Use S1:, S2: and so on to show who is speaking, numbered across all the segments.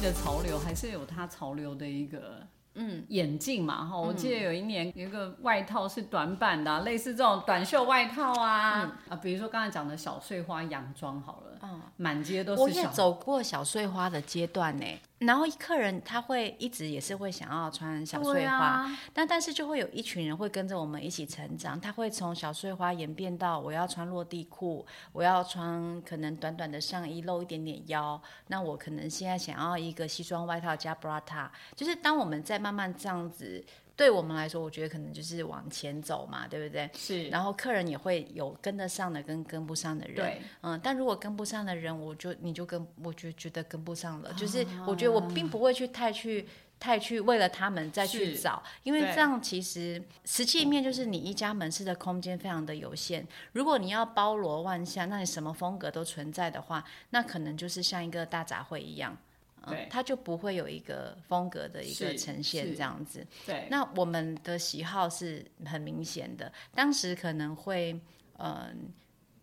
S1: 个潮流还是有它潮流的一个。嗯，眼镜嘛，哈，我
S2: 嗯
S1: 记得有一年有一个外套是短版的啊、类似这种短袖外套啊，
S2: 嗯
S1: 啊，比如说刚才讲的小碎花洋装好了，嗯，满街都
S2: 我
S1: 是
S2: 也
S1: 小，
S2: 走过小碎花的阶段呢。然后客人他会一直也是会想要穿小
S1: 对
S2: 碎花，
S1: 啊
S2: 但但是就会有一群人会跟着我们一起成长，他会从小碎花演变到我要穿落地裤，我要穿可能短短的上衣露一点点腰，那我可能现在想要一个西装外套加 brata，就是当我们在慢慢这样子，对我们来说，我觉得可能就是往前走嘛，对不对？
S1: 是，
S2: 然后客人也会有跟得上的跟跟不上的人，
S1: 对，
S2: 嗯，但如果跟不上的人，我就你就跟我就觉得跟不上了，就是
S1: 啊
S2: 我觉得我并不会去太去太去为了他们再去
S1: 是
S2: 找，因为
S1: 对
S2: 这样其实实际面就是你一家门市的空间非常的有限。如果你要包罗万象，那你什么风格都存在的话，那可能就是像一个大杂烩一样。嗯
S1: 对，
S2: 它就不会有一个风格的一个
S1: 是
S2: 呈现
S1: 是
S2: 这样子。
S1: 对，
S2: 那我们的喜好是很明显的，当时可能会，嗯、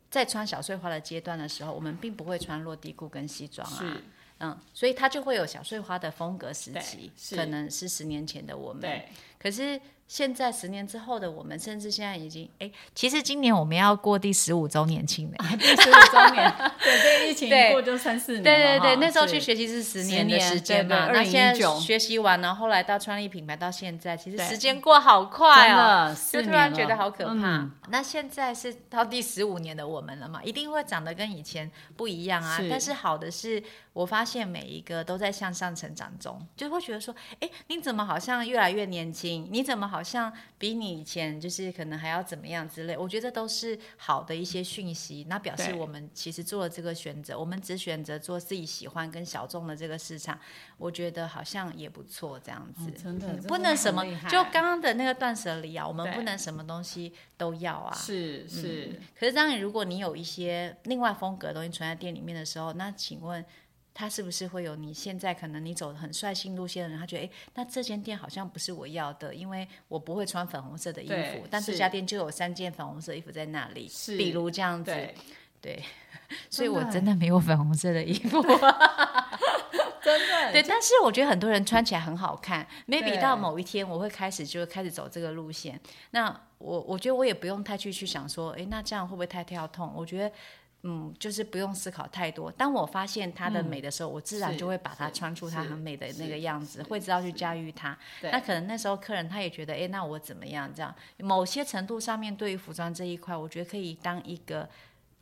S2: 在穿小碎花的阶段的时候，我们并不会穿落地裤跟西装啊，
S1: 是，
S2: 嗯，所以它就会有小碎花的风格时
S1: 对
S2: 期，
S1: 是
S2: 可能是十年前的我们。
S1: 对，
S2: 可是现在十年之后的我们，甚至现在已经，哎，其实今年我们要过第十五周年庆 了。
S1: 第十五周 年，对，这疫情
S2: 对
S1: 一过就三四
S2: 对
S1: 年
S2: 对
S1: 了
S2: 对，
S1: 哈
S2: 那时候
S1: 是
S2: 去学习是十
S1: 十
S2: 年的
S1: 年
S2: 时间
S1: 对对
S2: 嘛，那现在
S1: 2019
S2: 学习完，然后后来到创立品牌到现在，其实
S1: 对
S2: 时间过好快
S1: 真
S2: 哦。
S1: 的四
S2: 就突
S1: 年
S2: 然觉
S1: 了
S2: 得好可怕。
S1: 嗯
S2: 那现在是到第十五年的我们了嘛，一定会长得跟以前不一样啊。
S1: 是
S2: 但是好的是，我发现每一个都在向上成长中，就会觉得说，哎，你怎么好像越来越年轻？你怎么好像比你以前就是可能还要怎么样之类？我觉得都是好的一些讯息，那表示
S1: 对
S2: 我们其实做了这个选择，我们只选择做自己喜欢跟小众的这个市场，我觉得好像也不错，这样子。
S1: 哦真的
S2: 嗯
S1: 真的
S2: 不能
S1: 很
S2: 什么
S1: 厉害，
S2: 就刚刚的那个断舍离啊，我们
S1: 对
S2: 不能什么东西都要啊。
S1: 是是。
S2: 可是当你如果你有一些另外风格的东西存在店里面的时候，那请问他是不是会有你现在可能你走很率性路线的人，他觉得诶，那这间店好像不是我要的，因为我不会穿粉红色的衣
S1: 对
S2: 服，但这
S1: 是
S2: 家店就有三件粉红色衣服在那里，
S1: 是
S2: 比如这样子，
S1: 对，
S2: 所以我
S1: 真的
S2: 真的没有粉红色的衣服。
S1: 真 的
S2: 对，但是我觉得很多人穿起来很好看，maybe
S1: 对
S2: 到某一天我会开始就开始走这个路线。那我我觉得我也不用太去去想说，诶，那这样会不会太跳痛？我觉得。嗯，就是不用思考太多。当我发现它的美的时候，我自然
S1: 嗯是
S2: 就会把它
S1: 是
S2: 穿出它
S1: 是
S2: 很美的
S1: 是
S2: 那个样子，
S1: 是
S2: 会知道去驾驭它。
S1: 对
S2: 那可能那时候客人他也觉得，诶，那我怎么样？这样某些程度上面，对于服装这一块，我觉得可以当一个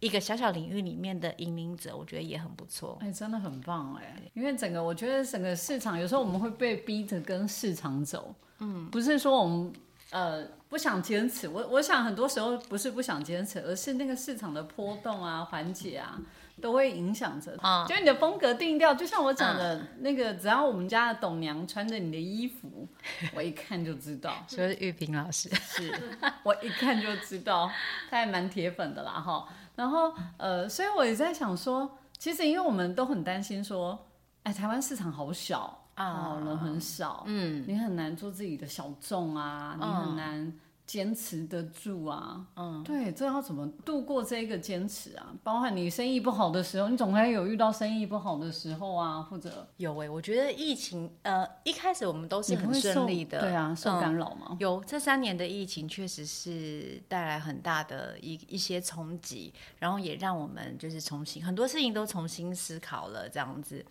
S2: 一个小小领域里面的引领者，我觉得也很不错。
S1: 哎、真的很棒哎、因为整个我觉得整个市场有时候我们会被逼着跟市场走，嗯，不是说我们呃不想坚持，我我想很多时候不是不想坚持，而是那个市场的波动啊、缓解啊，都会影响着。
S2: 嗯
S1: 就你的风格定调，就像我讲的、
S2: 啊
S1: 那个，只要我们家的董娘穿着你的衣 服，我一看就知道，
S2: 所以玉萍老师，
S1: 是 我一看就知道，他还蛮铁粉的啦哈。然后呃，所以我也在想说，其实因为我们都很担心说，哎，台湾市场好小
S2: 啊
S1: 哦，人很少，
S2: 嗯，
S1: 你很难做自己的小众啊，你很难坚持得住啊。嗯，对，这要怎么度过这个坚持啊？包含你生意不好的时候，你总该有遇到生意不好的时候啊，或者
S2: 有诶、我觉得疫情呃一开始我们都是
S1: 你不
S2: 很
S1: 会受
S2: 顺利的，
S1: 对啊，受
S2: 嗯
S1: 干扰吗？
S2: 有这三年的疫情确实是带来很大的一一些冲击，然后也让我们就是重新很多事情都重新思考了这样子。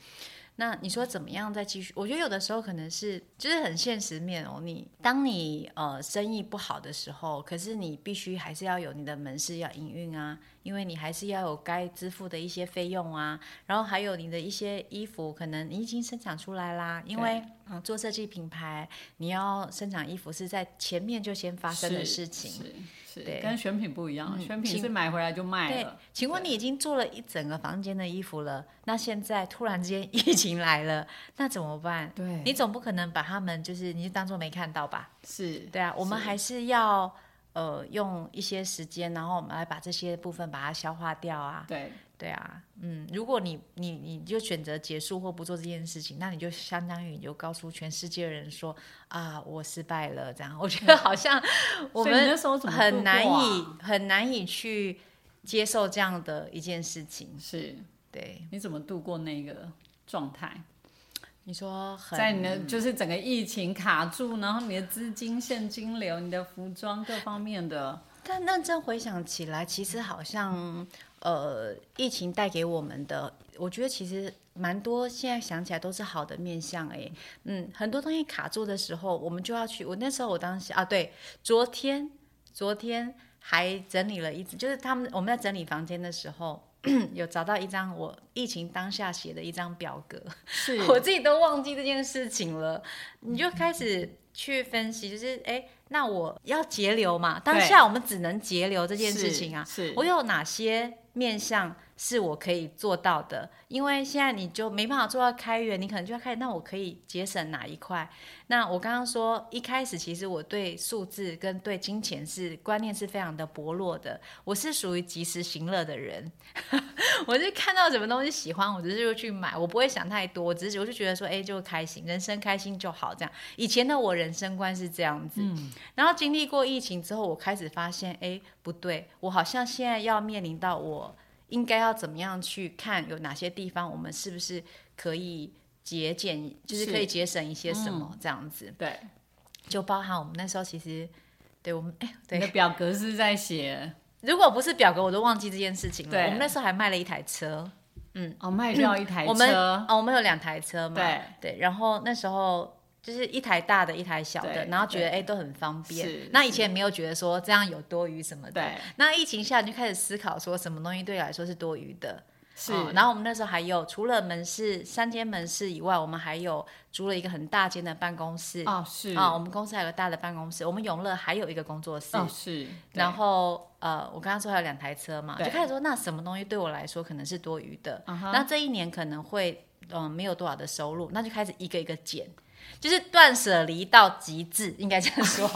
S2: 那你说怎么样再继续？我觉得有的时候可能是就是很现实面哦。你当你呃生意不好的时候，可是你必须还是要有你的门市要营运啊，因为你还是要有该支付的一些费用啊，然后还有你的一些衣服，可能你已经生产出来啦，因为嗯做设计品牌，你要生产衣服是在前面就先发生的事情。
S1: 是是
S2: 对嗯
S1: 跟选品不一样，选品是买回来就卖
S2: 对
S1: 了，，
S2: 请问你已经做了一整个房间的衣服了，那现在突然间疫情 来了，那怎么办？
S1: 对
S2: 你总不可能把他们就是你就当做没看到吧？
S1: 是，
S2: 对啊，我们
S1: 是
S2: 还是要呃用一些时间，然后我们来把这些部分把它消化掉啊。
S1: 对
S2: 对啊，嗯，如果你你你就选择结束或不做这件事情，那你就相当于你就告诉全世界的人说啊，我失败了这样。我觉得好像我
S1: 嗯所以
S2: 们
S1: 你那时候怎么度
S2: 很
S1: 过啊
S2: 难以很难以去接受这样的一件事情。
S1: 是，
S2: 对，
S1: 你怎么度过那个状态？
S2: 你说很
S1: 在你的就是整个疫情卡住，然后你的资金、现金流、你的服装各方面 的，
S2: 但认真回想起来，其实好像呃，疫情带给我们的，我觉得其实蛮多，现在想起来都是好的面向哎、嗯，很多东西卡住的时候，我们就要去。我那时候我当时啊，对，昨天昨天还整理了一，就是他们我们在整理房间的时候。 有找到一张我疫情当下写的一张表格，
S1: 是
S2: 我自己都忘记这件事情了，你就开始去分析，就是哎、诶那我要节流嘛？当下我们只能节流这件事情啊，
S1: 是是
S2: 我有哪些面向是我可以做到的？因为现在你就没办法做到开源，你可能就要开始，那我可以节省哪一块？那我刚刚说一开始，其实我对数字跟对金钱是观念是非常的薄弱的，我是属于及时行乐的人，我是看到什么东西喜欢，我只是就去买，我不会想太多，我只是我就觉得说，哎、就开心，人生开心就好这样。以前的我人生观是这样子，然后经历过疫情之后，我开始发现，哎，不对，我好像现在要面临到我应该要怎么样去看有哪些地方，我们是不是可以节俭，就是
S1: 是嗯
S2: 可以节省一些什么、这样子，
S1: 对。
S2: 就包含我们那时候其实。对我们哎，
S1: 你的
S2: 对，
S1: 表格是在写
S2: 如果不是表格，我都忘记这件事情了。
S1: 对
S2: 我们那时候还卖了一台车，
S1: 哦，卖掉一台
S2: 嗯我们
S1: 车，
S2: 哦，我们有两台车嘛，
S1: 对
S2: 然后那时候就是一台大的，一台小的，
S1: 对
S2: 然后觉得
S1: 对
S2: 哎、都很方便
S1: 是。
S2: 那以前没有觉得说这样有多余什么的
S1: 对，
S2: 那疫情下你就开始思考说什么东西对你来说是多余的。
S1: 是
S2: 哦然后我们那时候还有除了门市三间门市以外，我们还有租了一个很大间的办公室。
S1: 哦是
S2: 啊、我们公司还有个大的办公室，我们永乐还有一个工作室，
S1: 哦是，
S2: 然后呃，我刚刚说还有两台车嘛，就
S1: 对
S2: 开始说那什么东西对我来说可能是多余的，
S1: 啊哈
S2: 那这一年可能会嗯、呃没有多少的收入，那就开始一个一个减。就是断舍离到极致，应该这 样说，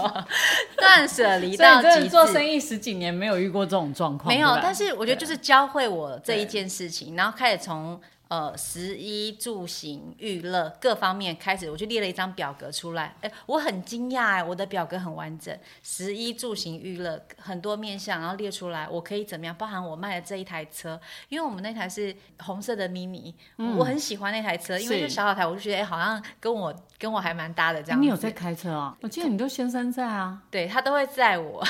S2: 断舍离
S1: 对所以
S2: 到
S1: 你真
S2: 极
S1: 的做生
S2: 致。
S1: 意十几年没有遇过这种状况，
S2: 没有，
S1: 对吧
S2: 但是我觉得就是教会我这一件事情，然后开始从呃食衣住行娱乐各方面开始，我就列了一张表格出来。哎，我很惊讶哎，我的表格很完整，食衣住行娱乐很多面向，然后列出来，我可以怎么样？包含我卖的这一台车，因为我们那台是红色的 mini，、我
S1: 嗯
S2: 很喜欢那台车，因为就是小小台，我就觉得哎，好像跟我跟我还蛮搭的
S1: 哎
S2: 这样子。
S1: 你有在开车啊？我记得你都先生在啊，
S2: 对他都会 载我，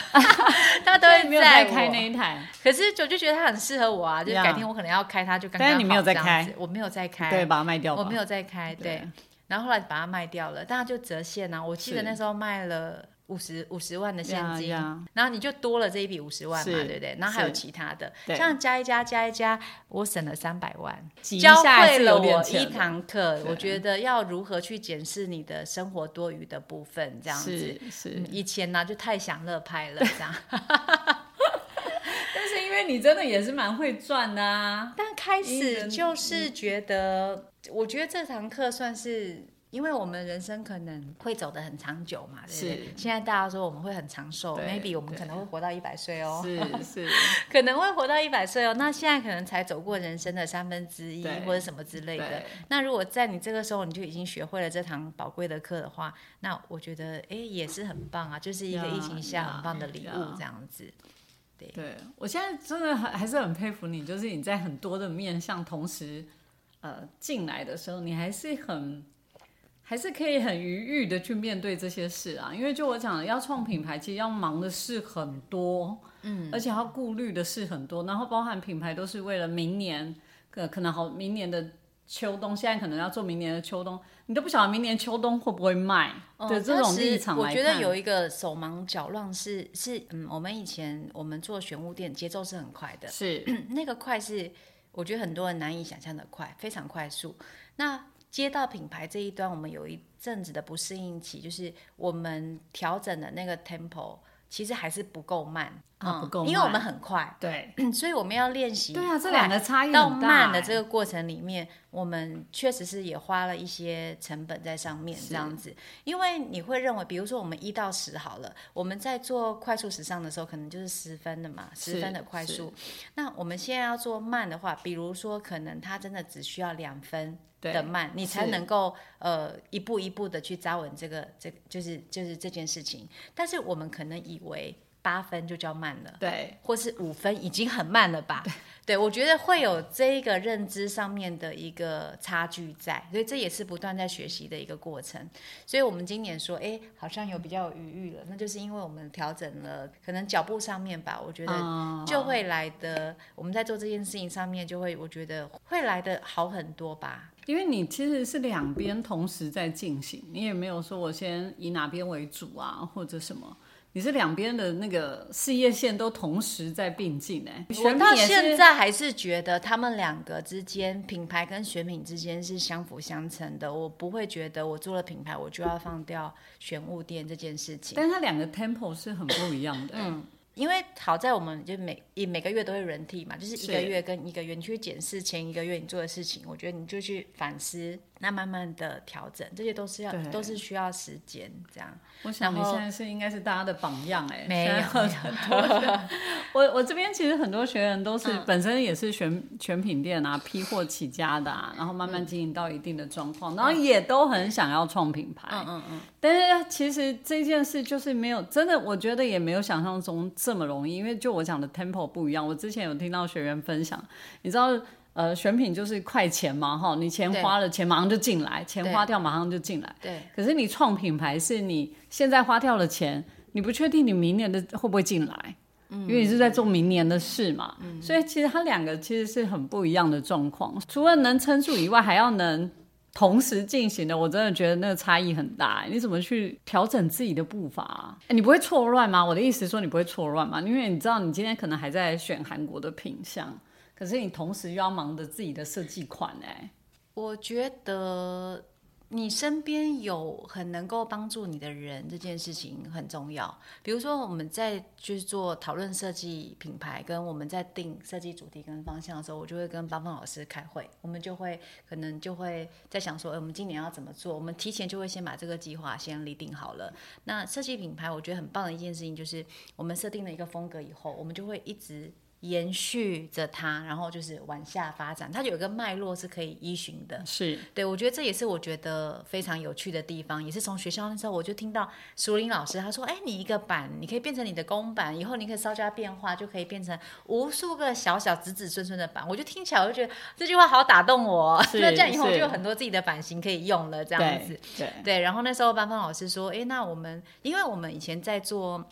S2: 他都
S1: 所以
S2: 会
S1: 没有
S2: 载
S1: 在
S2: 我。
S1: 开那一台，
S2: 可是我就觉得它很适合我啊，就是
S1: Yeah
S2: 改天我可能要开它，就刚刚
S1: 但是你没有
S2: 好这
S1: 在
S2: 样
S1: 开
S2: 子，我没有在开，
S1: 对，把它卖掉吧。
S2: 我没有在开，对。
S1: 对
S2: 然后后来把它卖掉了，但它就折现啊。我记得
S1: 是
S2: 那时候卖了五十五十万的现
S1: 呀
S2: 金
S1: 呀
S2: 然后你就多了这一笔五十万嘛，
S1: 是
S2: 对不对？然后还有
S1: 是
S2: 其他的，这
S1: 对
S2: 样加一加加一加，我省了三百万，
S1: 挤一
S2: 教
S1: 下
S2: 会
S1: 是
S2: 了
S1: 有点
S2: 我一
S1: 钱的
S2: 堂课。
S1: 对
S2: 我觉得要如何去检视你的生活多余的部分，这样子。
S1: 是是
S2: 嗯，以前呢、就太享乐派 了，这样。
S1: 但是因为你真的也是蛮会赚的啊。
S2: 但开
S1: 因
S2: 始
S1: 人
S2: 就是觉得，我觉得这堂课算是，因为我们人生可能会走得很长久嘛，对不对
S1: 是
S2: 现在大家说我们会很长寿
S1: 对
S2: ，maybe 我们
S1: 对
S2: 可能会活到一百岁哦，
S1: 是是，
S2: 可能会活到一百岁哦。那现在可能才走过人生的三分之一
S1: 对
S2: 或者什么之类的
S1: 对。
S2: 那如果在你这个时候你就已经学会了这堂宝贵的课的话，那我觉得哎也是很棒啊，就是一个
S1: 呀
S2: 疫情下
S1: 呀
S2: 很棒的礼物
S1: 呀
S2: 这样子。
S1: 对我现在真的很还是很佩服你，就是你在很多的面向同时呃进来的时候，你还是很还是可以很愉悦的去面对这些事啊。因为就我讲的，要创品牌，其实要忙的事很多，嗯，而且要顾虑的事很多，然后包含品牌都是为了明年，可可能好明年的。秋冬现在可能要做明年的秋冬，你都不晓得明年秋冬会不会卖
S2: 哦
S1: 的、这
S2: 当
S1: 种
S2: 时
S1: 立场
S2: 我
S1: 来看，
S2: 觉得有一个手忙脚乱是是，嗯，我们以前我们做玄武店节奏是很快的，
S1: 是
S2: 那个快是我觉得很多人难以想象的快，非常快速。那接到品牌这一端，我们有一阵子的不适应期，就是我们调整的那个 tempo 其实还是不够慢
S1: 啊
S2: 嗯
S1: 不够
S2: 因为我
S1: 慢
S2: 们很快，
S1: 对
S2: 所以我们要练习
S1: 对啊，这
S2: 快
S1: 两个差异
S2: 到
S1: 很大
S2: 慢的
S1: 欸
S2: 这个过程里面，我们确实是也花了一些成本在上面，这样子。因为你会认为，比如说我们一到十好了，我们在做快速时尚的时候，可能就是十分的嘛，
S1: 是
S2: 十分的快速。那我们现在要做慢的话，比如说可能它真的只需要两分。
S1: 对
S2: 的慢，你才
S1: 是
S2: 能够呃一步一步的去扎稳这个这就是就是这件事情。但是我们可能以为八分就叫慢了，
S1: 对
S2: 或是五分已经很慢了吧？对，我觉得会有这一个认知上面的一个差距在，所以这也是不断在学习的一个过程。所以我们今年说，哎，好像有比较有余裕了，那就是因为我们调整了，可能脚步上面吧，我觉得
S1: 嗯
S2: 就会来的，我们在做这件事情上面就会，我觉得会来的好很多吧。
S1: 因为你其实是两边同时在进行，你也没有说我先以哪边为主啊，或者什么。你是两边的那个事业线都同时在并进哎、
S2: 我
S1: 选
S2: 到
S1: 品也
S2: 现
S1: 是
S2: 在还是觉得他们两个之间，品牌跟选品之间是相辅相成的。我不会觉得我做了品牌，我就要放掉选物店这件事情。
S1: 但是它两个 tempo 是很不一样的、嗯，
S2: 因为好在我们就每也每个月都会轮替嘛，就是一个
S1: 是
S2: 月跟一个月，你去检视前一个月你做的事情，我觉得你就去反思，那慢慢的调整，这些都是要
S1: 对
S2: 都是需要时间这样。
S1: 我想你
S2: 然后
S1: 现在是应该是大家的榜样哎、
S2: 没有
S1: 现在很多人我我这边其实很多学员都
S2: 嗯
S1: 是、本身也是选选品店啊、批货起家的啊，然后
S2: 嗯
S1: 慢慢经营到一定的状况，然后也都很想要创品牌。
S2: 嗯嗯嗯，
S1: 但是其实这件事就是没有真的，我觉得也没有想象中这么容易，因为就我讲的 tempo 不一样。我之前有听到学员分享，你知道，呃，选品就是快钱嘛，哈，你钱
S2: 对
S1: 花了，钱马上就进来，钱
S2: 对
S1: 花掉马上就进来。
S2: 对
S1: 可是你创品牌是你现在花掉了钱，你不确定你明年的会不会进来，因为你是在做明年的事嘛。所以其实它两个其实是很不一样的状况，除了能撑住以外，还要能。同时进行的，我真的觉得那个差异很大。你怎么去调整自己的步伐、啊？哎你不会错乱吗？我的意思是说，你不会错乱吗？因为你知道，你今天可能还在选韩国的品相，可是你同时又要忙着自己的设计款、哎，
S2: 我觉得你身边有很能够帮助你的人，这件事情很重要。比如说，我们在去做讨论设计品牌，跟我们在定设计主题跟方向的嗯时候，我就会跟邦邦老师开会，我们就会可能就会在想说，呃我们今年要怎么做？我们提前就会先把这个计划先拟定好了。那设计品牌，我觉得很棒的一件事情就是，我们设定了一个风格以后，我们就会一直延续着它，然后就是往下发展，它有一个脉络是可以依循的。
S1: 是
S2: 对，我觉得这也是我觉得非常有趣的地方，也是从学校那时候我就听到淑玲老师她说：“哎，你一个版，你可以变成你的公版，以后你可以稍加变化，就可以变成无数个小小子子孙孙的版。”我就听起来我就觉得这句话好打动我，
S1: 是
S2: 那这样以后我就是有很多自己的版型可以用了，这样子
S1: 对。对，
S2: 对，然后那时候班芳老师说，诶，那我们因为我们以前在做。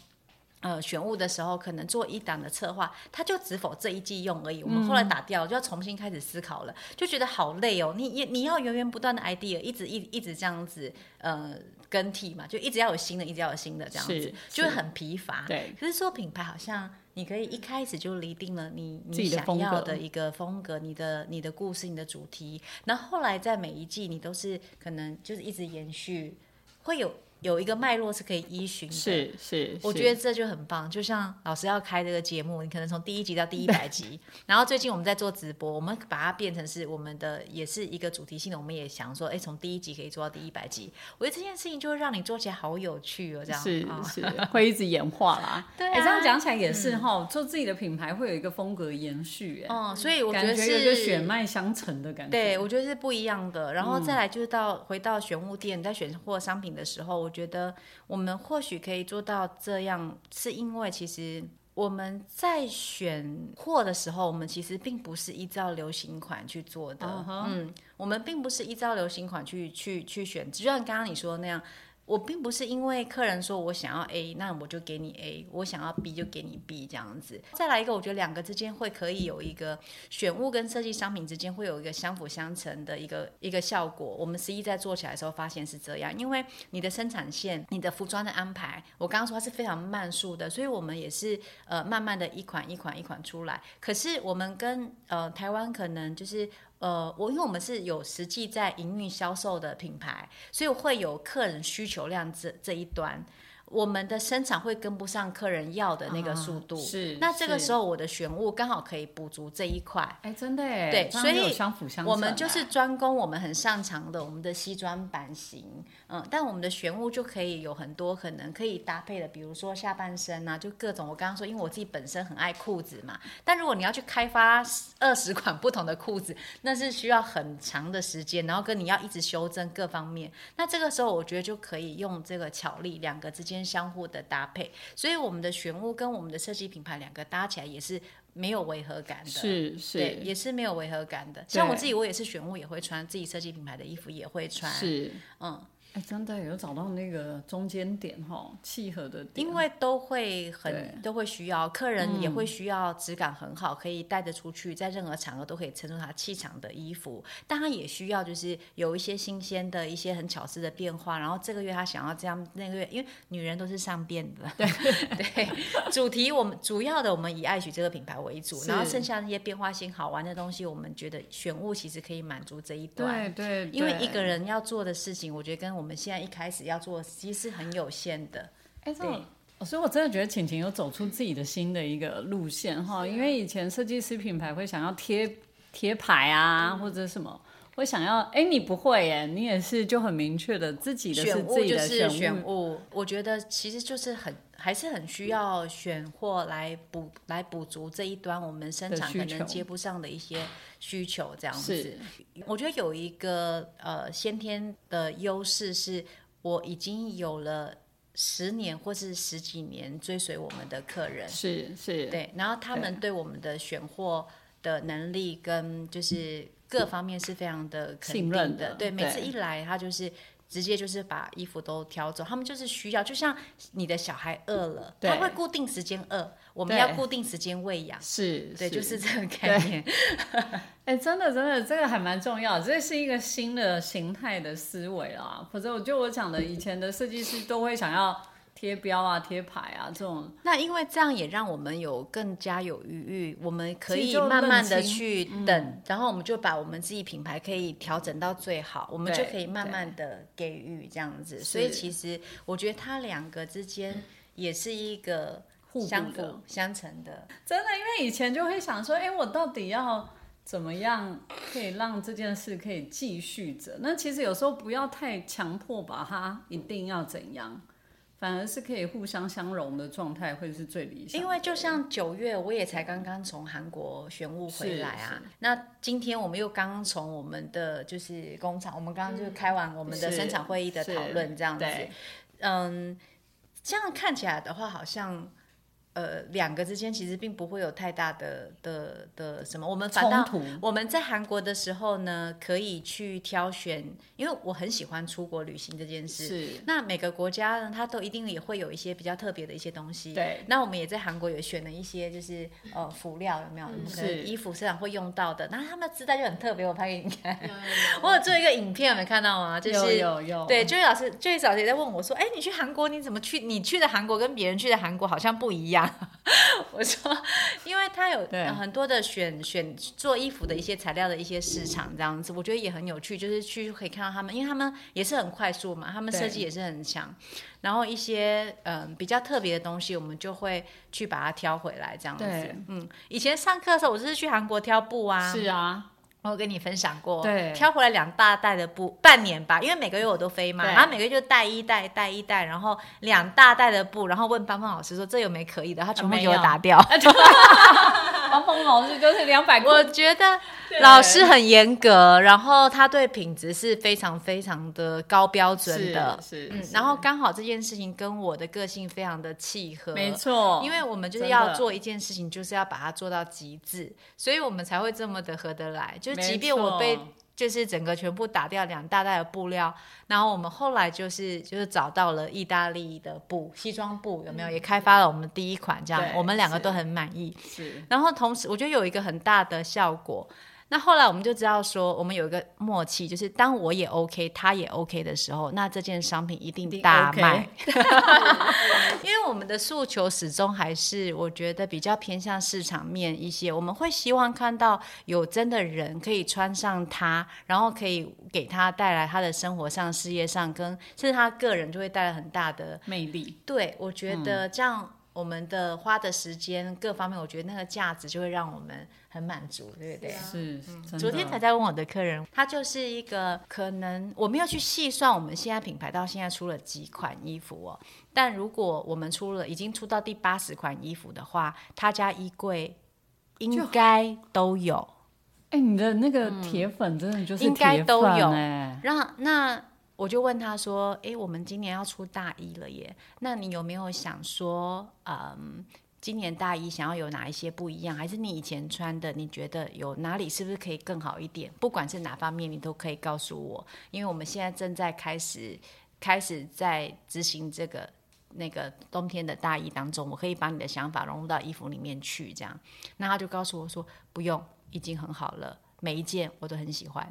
S2: 呃，选物的时候可能做一档的策划，它就只否这一季用而已。我们后来打掉了，就要重新开始思考了，就觉得好累哦。你也你要源源不断的 idea，一直一一直这样子呃更替嘛，就一直要有新的，一直要有新的这样子
S1: 是，
S2: 就会
S1: 是
S2: 很疲乏。
S1: 对，
S2: 可是做品牌好像你可以一开始就厘定了你
S1: 自
S2: 你
S1: 己的
S2: 想
S1: 风
S2: 要
S1: 格
S2: 的一个风格，你的你的故事，你的主题，然后后来在每一季你都是可能就是一直延续，会有有一个脉络是可以依循的。
S1: 是是，
S2: 我
S1: 是
S2: 觉得这就很棒，就像老师要开这个节目，你可能从第一集到第一百集，然后最近我们在做直播，我们把它变成是我们的也是一个主题性的，我们也想说，哎，从第一集可以做到第一百集，我觉得这件事情就会让你做起来好有趣哦，这样
S1: 是
S2: 啊
S1: 是会一直演化啦。
S2: 对啊
S1: 诶这样讲起来也是哈，做自己的品牌会有一个风格延续，哎，
S2: 嗯，所以我觉
S1: 感
S2: 得
S1: 觉有
S2: 是
S1: 一个血脉相承的感觉。
S2: 对，我觉得是不一样的。然后再来就是到、回到选物店，在选货商品的时候，我觉得我们或许可以做到这样，是因为其实我们在选货的时候，我们其实并不是依照流行款去做的。
S1: 嗯哼
S2: 嗯，我们并不是依照流行款去去去选，就像刚刚你说的那样。我并不是因为客人说我想要 A，那我就给你 A；我想要 B 就给你 B 这样子。再来一个，我觉得两个之间会可以有一个选物跟设计商品之间会有一个相辅相成的一个一个效果。我们实际在做起来的时候发现是这样，因为你的生产线、你的服装的安排，我刚刚说它是非常慢速的，所以我们也是呃慢慢的一款一款一款出来。可是我们跟呃台湾可能就是。呃，我因为我们是有实际在营运销售的品牌，所以会有客人需求量这这一端，我们的生产会跟不上客人要的那个速度。
S1: 啊是
S2: 那这个时
S1: 候，
S2: 候我的选物刚好可以补足这一块。
S1: 哎，真的哎，
S2: 对
S1: 这样就有
S2: 所以
S1: 相辅相成啊，
S2: 我们就是专攻我们很擅长的我们的西装版型，嗯，但我们的玄物就可以有很多可能可以搭配的，比如说下半身啊，就各种。我刚刚说，因为我自己本身很爱裤子嘛，但如果你要去开发二十款不同的裤子，那是需要很长的时间，然后跟你要一直修正各方面。那这个时候，我觉得就可以用这个巧力两个之间间相互的搭配，所以我们的玄物跟我们的设计品牌两个搭起来也是没有违和感的。
S1: 是
S2: 对，
S1: 是
S2: 也是没有违和感的。像我
S1: 对
S2: 自己，我也是玄物，也会穿自己设计品牌的衣服，也会穿。
S1: 是，
S2: 嗯，
S1: 哎，真的有找到那个中间点哈，契合的点，
S2: 因为都
S1: 对
S2: 会
S1: 嗯
S2: 很都会需要，客人也会需要质感很好，可以带得出去，在任何场合都可以衬出他气场的衣服。但他也需要就是有一些新鲜的一些很巧思的变化。然后这个月他想要这样，那个月因为女人都是善变的，对 对。主题我们主要的我们以爱许这个品牌为主，
S1: 是
S2: 然后剩下那些变化性好玩的东西，我们觉得选物其实可以满足这一段。
S1: 对对，
S2: 因为
S1: 对
S2: 一个人要做的事情，我觉得跟我们现在一开始要做的其实是很有限的。
S1: 哎，这
S2: 对
S1: 种哦所以，我真的觉得晴晴有走出自己的新的一个路线
S2: 啊
S1: 哈，因为以前设计师品牌会想要贴贴牌啊，
S2: 嗯
S1: 或者什么，会想要，哎，你不会耶，你也是就很明确的自己的是
S2: 选
S1: 自
S2: 物
S1: 己
S2: 就
S1: 的
S2: 是
S1: 选
S2: 选
S1: 物，
S2: 物，我觉得其实就是很还是很需要选货来补来补足这一端我们生
S1: 的
S2: 产
S1: 需
S2: 可
S1: 求
S2: 能接不上的一些需求这样子
S1: 是。
S2: 我觉得有一个呃先天的优势是，我已经有了十年或是十几年追随我们的客人，
S1: 是是，
S2: 对，然后他们对我们的选货的能力跟就是各方面是非常的
S1: 嗯
S2: 肯
S1: 信
S2: 定
S1: 任的
S2: 的。对，每次
S1: 对
S2: 一来他就是。直接就是把衣服都挑走，他们就是需要，就像你的小孩饿了，
S1: 对
S2: 他会固定时间饿，我们
S1: 对
S2: 要固定时间喂养，
S1: 是，
S2: 对，就是这个概念。
S1: 哎、真的真的，这个还蛮重要，这是一个新的形态的思维啦。否则，我觉得我讲的以前的设计师都会想要贴标啊、贴牌啊这种，
S2: 那因为这样也让我们有更加有余裕，我们可
S1: 其实
S2: 以
S1: 就
S2: 慢慢
S1: 认
S2: 的
S1: 清嗯
S2: 去等，然后我们就把我们自己品牌可以调整到最好，我们
S1: 对
S2: 就可以慢慢的给予这样子。所以其实我觉得它两个之间也是一个
S1: 互补
S2: 相
S1: 的
S2: 辅相成的。
S1: 真的，因为以前就会想说，哎、我到底要怎么样可以让这件事可以继续着？那其实有时候不要太强迫把它一定要怎样，反而是可以互相相融的状态会是最理想的。
S2: 因为就像九月，我也才刚刚从韩国玄物回来啊。那今天我们又刚从我们的就是工厂，我们刚刚就开完我们的
S1: 嗯是
S2: 生产会议的
S1: 是
S2: 讨论，这样子
S1: 对。
S2: 嗯，这样看起来的话，好像呃两个之间其实并不会有太大的的的什么。我们反
S1: 冲
S2: 倒
S1: 突
S2: 我们在韩国的时候呢，可以去挑选，因为我很喜欢出国旅行这件事。
S1: 是
S2: 那每个国家呢，它都一定也会有一些比较特别的一些东西。
S1: 对
S2: 那我们也在韩国也选了一些，就是呃辅料有没有？我们可
S1: 嗯是
S2: 能衣服市场会用到的。那他们的织带就很特别，我拍给你看。 我有做一个影片，有没有看到吗？就是
S1: 有有有，
S2: 对，就老师，就老师也在问我说：“哎、你去韩国你怎么去？你去的韩国跟别人去的韩国好像不一样。” 我说：“因为他有、
S1: 对
S2: 呃很多的选选做衣服的一些材料的一些市场这样子，我觉得也很有趣，就是去可以看到他们，因为他们也是很快速嘛，他们
S1: 对
S2: 设计也是很强，然后一些嗯、比较特别的东西，我们就会去把它挑回来这样子
S1: 对。
S2: 嗯，以前上课的时候，我就是去韩国挑布啊，
S1: 是啊，
S2: 我有跟你分享过，
S1: 对
S2: 挑回来两大袋的布，半年吧，因为每个月我都飞嘛，
S1: 对
S2: 然后每个月就带一袋，带一袋，然后两大袋的布，然后问班班老师说这有没有可以的，他全部
S1: 啊没
S2: 给
S1: 有
S2: 我打 掉。
S1: 王鹏老师就是两百
S2: 我
S1: 块，
S2: 觉得老师很严格，然后他对品质是非常非常的高标准的，
S1: 是是
S2: 嗯
S1: 是，
S2: 然后刚好这件事情跟我的个性非常的契合，
S1: 没错，
S2: 因为我们就是
S1: 哦真的
S2: 要做一件事情，就是要把它做到极致，所以我们才会这么的合得来。就是
S1: 没
S2: 即便我被
S1: 错
S2: 就是整个全部打掉两大袋的布料，然后我们后来就是就是找到了意大利的布，西装布有没有？也开发了我们第一款，这样
S1: 嗯对
S2: 我们两个
S1: 是
S2: 都很满意。
S1: 是
S2: 然后同时，我觉得有一个很大的效果。那后来我们就知道说，我们有一个默契，就是当我也 OK，他也 OK 的时候，那这件商品一定
S1: 定
S2: 大
S1: OK
S2: 卖。 因为我们的诉求始终还是我觉得比较偏向市场面一些，我们会希望看到有真的人可以穿上它，然后可以给他带来他的生活上、事业上，跟甚至他个人就会带来很大的
S1: 魅力，
S2: 对，我觉
S1: 嗯
S2: 得这样我们的花的时间各方面，我觉得那个价值就会让我们很满足，对不对？啊嗯
S1: 是真
S2: 昨天
S1: 的
S2: 才在问我的客人，他就是一个可能我没有去细算我们现在品牌到现在出了几款衣服哦，但如果我们出了已经出到第八十款衣服的话，他家衣柜应该都有。
S1: 哎、你的那个铁粉真的就是
S2: 嗯应该
S1: 铁
S2: 都
S1: 粉
S2: 有
S1: 哎
S2: 让那我就问他说：“诶，我们今年要出大一了耶，那你有没有想说，嗯，今年大一想要有哪一些不一样？还是你以前穿的，你觉得有哪里是不是可以更好一点？不管是哪方面，你都可以告诉我，因为我们现在正在开始开始在执行这个那个冬天的大衣当中，我可以把你的想法融入到衣服里面去。这样，那他就告诉我说，不用，已经很好了，每一件我都很喜欢。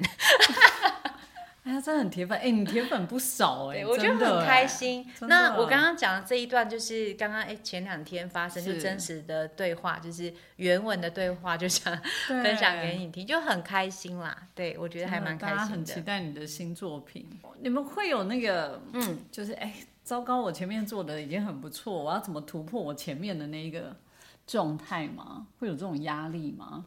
S1: 哎呀，真的很铁粉，哎、你铁粉不 少哎、
S2: 对，我觉得
S1: 真的哎
S2: 很开心。
S1: 真的
S2: 那我刚刚讲的这一段，就是刚刚哎前两天发生就是真实的对话，就是原文的对话，就想
S1: 哎对
S2: 分享给你听，就很开心啦。对，我觉得还蛮
S1: 大
S2: 开
S1: 家
S2: 心
S1: 很期
S2: 的。
S1: 待你的新作品。你们会有那个，嗯，就是哎，糟糕，我前面做的已经很不错，我要怎么突破我前面的那一个状态吗？会有这种压力吗？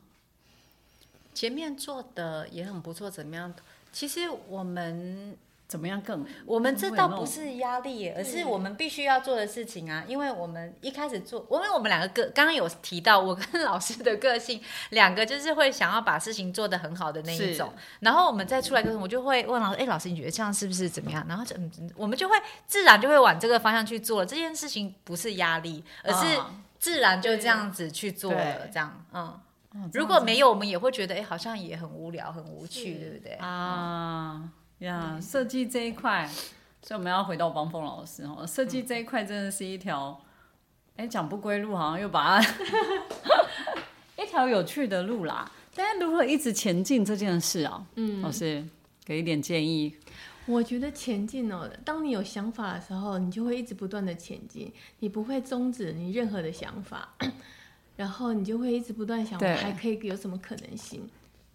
S2: 前面做的也很不错，怎么样？其实我们
S1: 怎么样更？
S2: 我们这
S1: 会有
S2: 倒
S1: 那
S2: 不
S1: 种
S2: 是压力耶，而是我们必须要做的事情啊。因为我们一开始做，因为我们两个个刚刚有提到，我跟老师的个性，两个就是会想要把事情做得很好的那一种。然后我们再出来的时候，我就会问老师：“哎，老师，你觉得这样是不是怎么样？”然后就嗯，嗯我们就会自然就会往这个方向去做了。这件事情不是压力，而是
S1: 啊
S2: 自然就这样子去做了。
S1: 对
S2: 这样，嗯，
S1: 哦
S2: 如果没有，我们也会觉得哎，好像也很无聊、很无趣，对不对？
S1: 啊呀，设计这一块，所以我们要回到邦峰老师哦，设计这一块真的是一条，哎、讲不归路，好像又把它 一条有趣的路啦。但是如何一直前进这件事啊，嗯，老师给一点建议，
S3: 我觉得前进哦，当你有想法的时候，你就会一直不断的前进，你不会终止你任何的想法， 然后你就会一直不断想，我
S1: 对
S3: 还可以有什么可能性？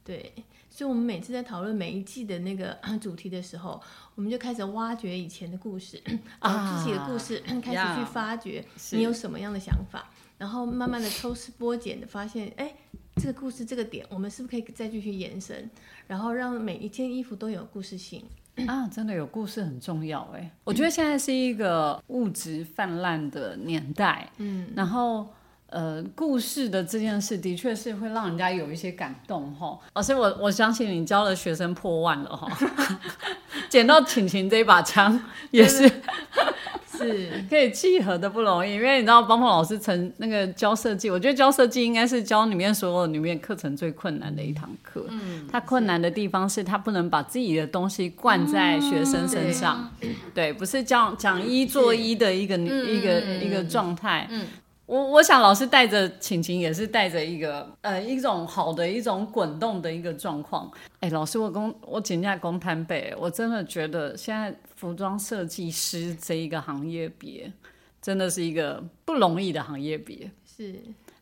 S3: 对，所以我们每次在讨论每一季的那个 主题的时候，我们就开始挖掘以前的故事，
S1: 啊
S3: 啊，自己的故事， 开始去
S1: 呀
S3: 发掘
S1: 是
S3: 你有什么样的想法，然后慢慢的抽丝剥茧的发现，哎，这个故事这个点，我们是不是可以再继续延伸，然后让每一件衣服都有故事性？
S1: 啊，真的有故事很重要哎。我觉得现在是一个物质泛滥的年代，嗯，然后呃，故事的这件事的确是会让人家有一些感动哈。老师，我我相信你教了学生破万了哈， 捡到晴晴这一把枪也是
S3: 是。
S1: 可以契合的不容易，因为你知道邦邦老师成那个教设计，我觉得教设计应该是教里面所有里面课程最困难的一堂课。嗯，它困难的地方是它不能把自己的东西灌在学生身上，嗯对，嗯不是讲讲一做一的一个、一个、一个状态。嗯。我我想老师带着晴晴也是带着一个呃一种好的一种滚动的一个状况。哎、老师，我公我请假公摊背，我真的觉得现在服装设计师这一个行业别，真的是一个不容易的行业别。
S3: 是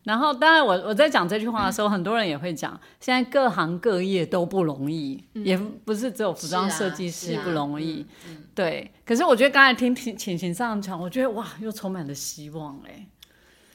S1: 然后，当然我，我在讲这句话的时候，很多人也会讲，现在各行各业都不容易，也不是只有服装设计
S2: 是
S1: 师
S2: 啊
S1: 不容易。对，可是我觉得刚才听听晴晴这样讲，我觉得哇，又充满了希望哎、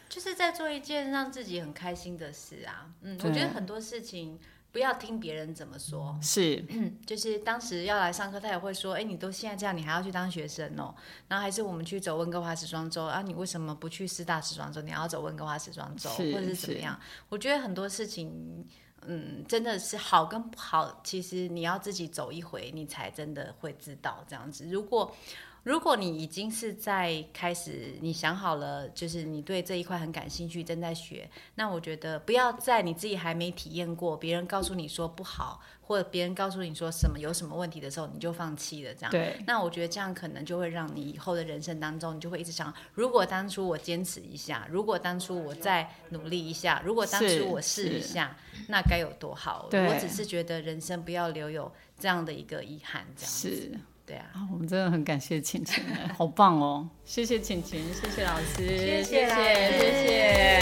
S2: 就是在做一件让自己很开心的事啊。嗯，我
S1: 对
S2: 觉得很多事情不要听别人怎么说。
S1: 是，
S2: 嗯，就是当时要来上课，他也会说：“哎，你都现在这样，你还要去当学生哦？”然后还是我们去走温哥华时装周啊，你为什么不去师大时装周？你要走温哥华时装周，
S1: 是
S2: 或者是怎么
S1: 是
S2: 样？我觉得很多事情。嗯，真的是好跟不好，其实你要自己走一回，你才真的会知道这样子。如果如果你已经是在开始，你想好了，就是你对这一块很感兴趣，正在学，那我觉得不要在你自己还没体验过，别人告诉你说不好，或者别人告诉你说什么有什么问题的时候，你就放弃了这样。
S1: 对，
S2: 那我觉得这样可能就会让你以后的人生当中，你就会一直想：如果当初我坚持一下，如果当初我再努力一下，如果当
S1: 是
S2: 初我试一
S1: 是
S2: 下，那该有多好！
S1: 对
S2: 我只是觉得人生不要留有这样的一个遗憾，这样
S1: 是
S2: 对啊。
S1: 啊，我们真的很感谢晴晴哎，好棒哦！谢谢晴晴，谢谢老师，
S2: 谢谢老师
S1: 谢谢。